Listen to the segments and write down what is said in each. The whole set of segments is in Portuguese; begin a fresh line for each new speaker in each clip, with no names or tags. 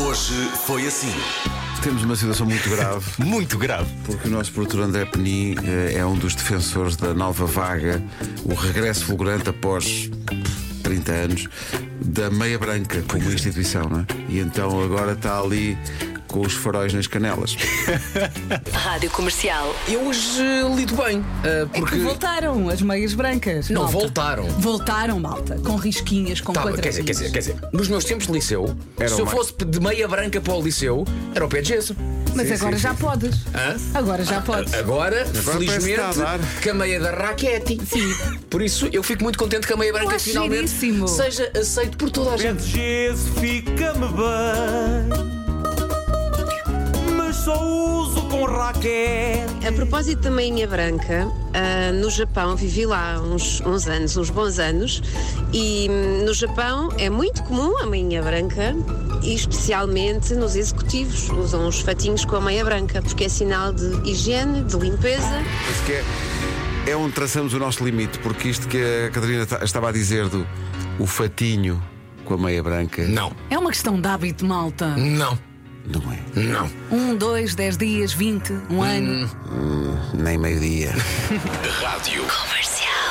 Hoje foi assim.
Temos uma situação muito grave,
Muito grave.
porque o nosso produtor André Peni eh, é um dos defensores da nova vaga, o regresso fulgurante após 30 anos, da Meia Branca como instituição, não é? E então agora está ali com os faróis nas canelas.
Rádio Comercial.
Eu hoje lido bem, ah,
É
porque
que voltaram as meias brancas.
não
malta.
voltaram.
Voltaram, malta, com risquinhas, com
Tá, quer, dizer,
quadradinhos.
quer, dizer, quer dizer, nos meus tempos de liceu,
Era
se eu
uma-
fosse de meia branca para o liceu, era o pé de gesso.
Mas
Sim,
agora
sim,
já
sim.
podes.
Hã? Ah,
Agora já podes.
Agora,
parece que
felizmente,
está a dar.
que a meia da raquete.
Sim.
Por isso, eu fico muito contente que a meia branca
acho
finalmente
giríssimo.
seja aceito por toda a gente.
Pede gesso, fica-me bem. Mas só uso com raquete.
A propósito da Mainha Branca, ah, no Japão vivi lá uns, uns anos, uns bons anos, e hum, no Japão é muito comum a Mainha Branca, e especialmente nos executivos, usam os fatinhos com a meia branca, porque é sinal de higiene, de limpeza.
Isso que é, é onde traçamos o nosso limite, porque isto que a Catarina ta- estava a dizer do o fatinho com a meia branca.
Não,
É uma questão de hábito, malta.
não,
Não é.
não.
Um, dois, dez dias, vinte, um
Hum.
ano.
Nem meio-dia.
Rádio.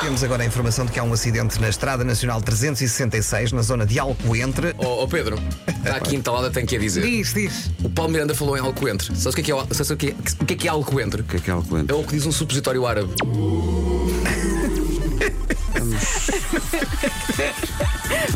Temos agora a informação de que há um acidente na Estrada Nacional 366, na zona de Alcoentre.
Oh,
Ó ó, Pedro, está aqui entalada, tenho que a dizer.
Diz, diz.
O Paulo Miranda falou em Alcoentre. Sabes o que é, que é, al- sabes o que é, o que é, que é Alcoentre?
O que é que ela
É
conta?
o que diz um supositório árabe.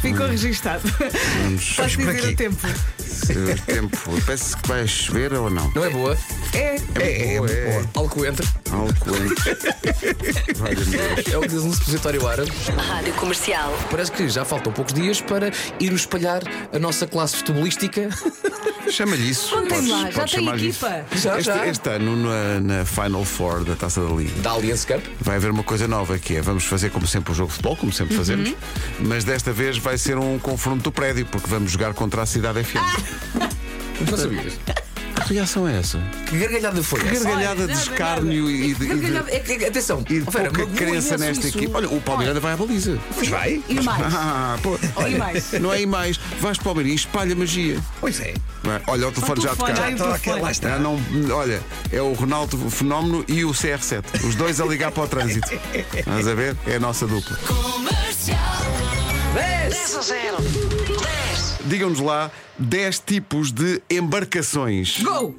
Ficou registado. Posso
por
dizer
aqui.
o tempo.
Eh, Tempo. Parece que vai chover ou não?
Não é boa?
É.
É, é,
boa,
é.
Alcoentre
Alcoentre. Valha-me Deus.
é o que diz um supositório árabe.
Rádio Comercial.
Parece que já faltam poucos dias para ir espalhar a nossa classe futebolística.
Chama-lhe isso.
Contem lá, já tem
chamar-lhe
equipa.
isso.
Já,
este,
já.
este ano, na, na Final Four da Taça da Liga,
Da Allianz Cup.
vai haver uma coisa nova que é: vamos fazer como sempre o jogo de futebol, como sempre fazemos, mas desta vez vai ser um confronto do prédio, porque vamos jogar contra a Cidade FM.
Não sabias?
Que reação é essa?
Que gargalhada foi
Que
essa?
gargalhada de escárnio e de. e de-
Gargalhada- é que- Atenção,
E de
oh, Vera,
pouca
magoou
crença
imenso
nesta
isso.
equipa. Olha, o Palmeiras vai à baliza.
Pois vai.
E mais.
Ah, pô, olha,
mais?
Não é e mais. Vais para o Palmeiras e espalha magia.
Pois é.
Vai, Olha, o telefone
O
já a
telefone,
tocar.
ai, o
Toca,
telefone.
lá
Já
está.
não, olha, é o Ronaldo Fenómeno e o CR7. Os dois a ligar para o trânsito. Vamos a ver? É a nossa dupla. Digam-nos lá 10 tipos de embarcações.
Go!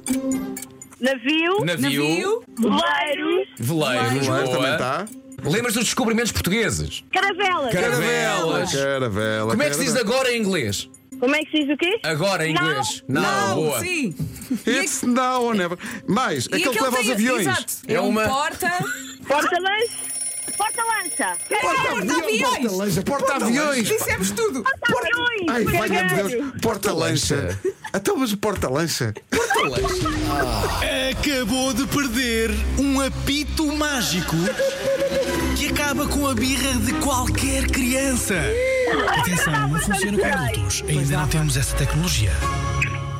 Navio,
Navio,
Navio.
veleiros,
veleiros,
Mas também
boa.
está.
Lembras dos descobrimentos portugueses?
caravelas.
Caravelas.
Caravela.
Como é que se diz
caravela.
agora em inglês?
Como é que se diz o quê?
Agora em
Não.
inglês.
Não,
boa.
sim.
It's now or never. Mais,
E
aquele que leva aos
tem-
aviões.
Exato.
É
É
uma-
uma porta.
Porta-lança. Porta-lança.
um
Porta-aviões.
Porta-lancha.
Tá,
Porta-aviões.
Dissemos tudo.
Porta-aviões.
Ai, valha-me
Caralho.
Deus. Porta-lancha. Então, mas o porta-lancha.
Então,
Acabou de perder um apito mágico que acaba com a birra de qualquer criança. Atenção, não funciona com adultos. Ainda não temos essa tecnologia.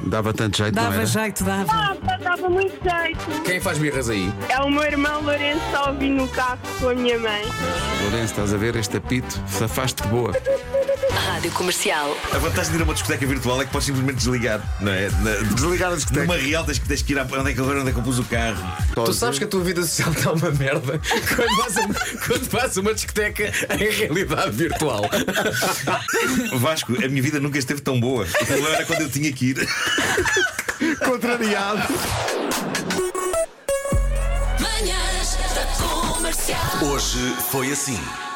Dava tanto jeito, não
Dava
era?
jeito, dava.
Ah, pá, dava muito jeito.
Quem faz birras aí?
É o meu irmão Lourenço só vim no carro com a minha mãe.
Lourenço, estás a ver este apito? Safaste de boa.
Rádio Comercial.
A vantagem de ir a uma discoteca virtual é que podes simplesmente desligar, não é? Na-
Desligar a discoteca.
Numa real tens que, tens que ir à, onde é que agora onde é que eu pus o carro.
Tu sabes que a tua vida social está uma merda quando vais a, quando vais a uma discoteca em realidade virtual.
Vasco, a minha vida nunca esteve tão boa. O problema era quando eu tinha que ir.
Contrariado.
Manhãs da Comercial.
Hoje foi assim.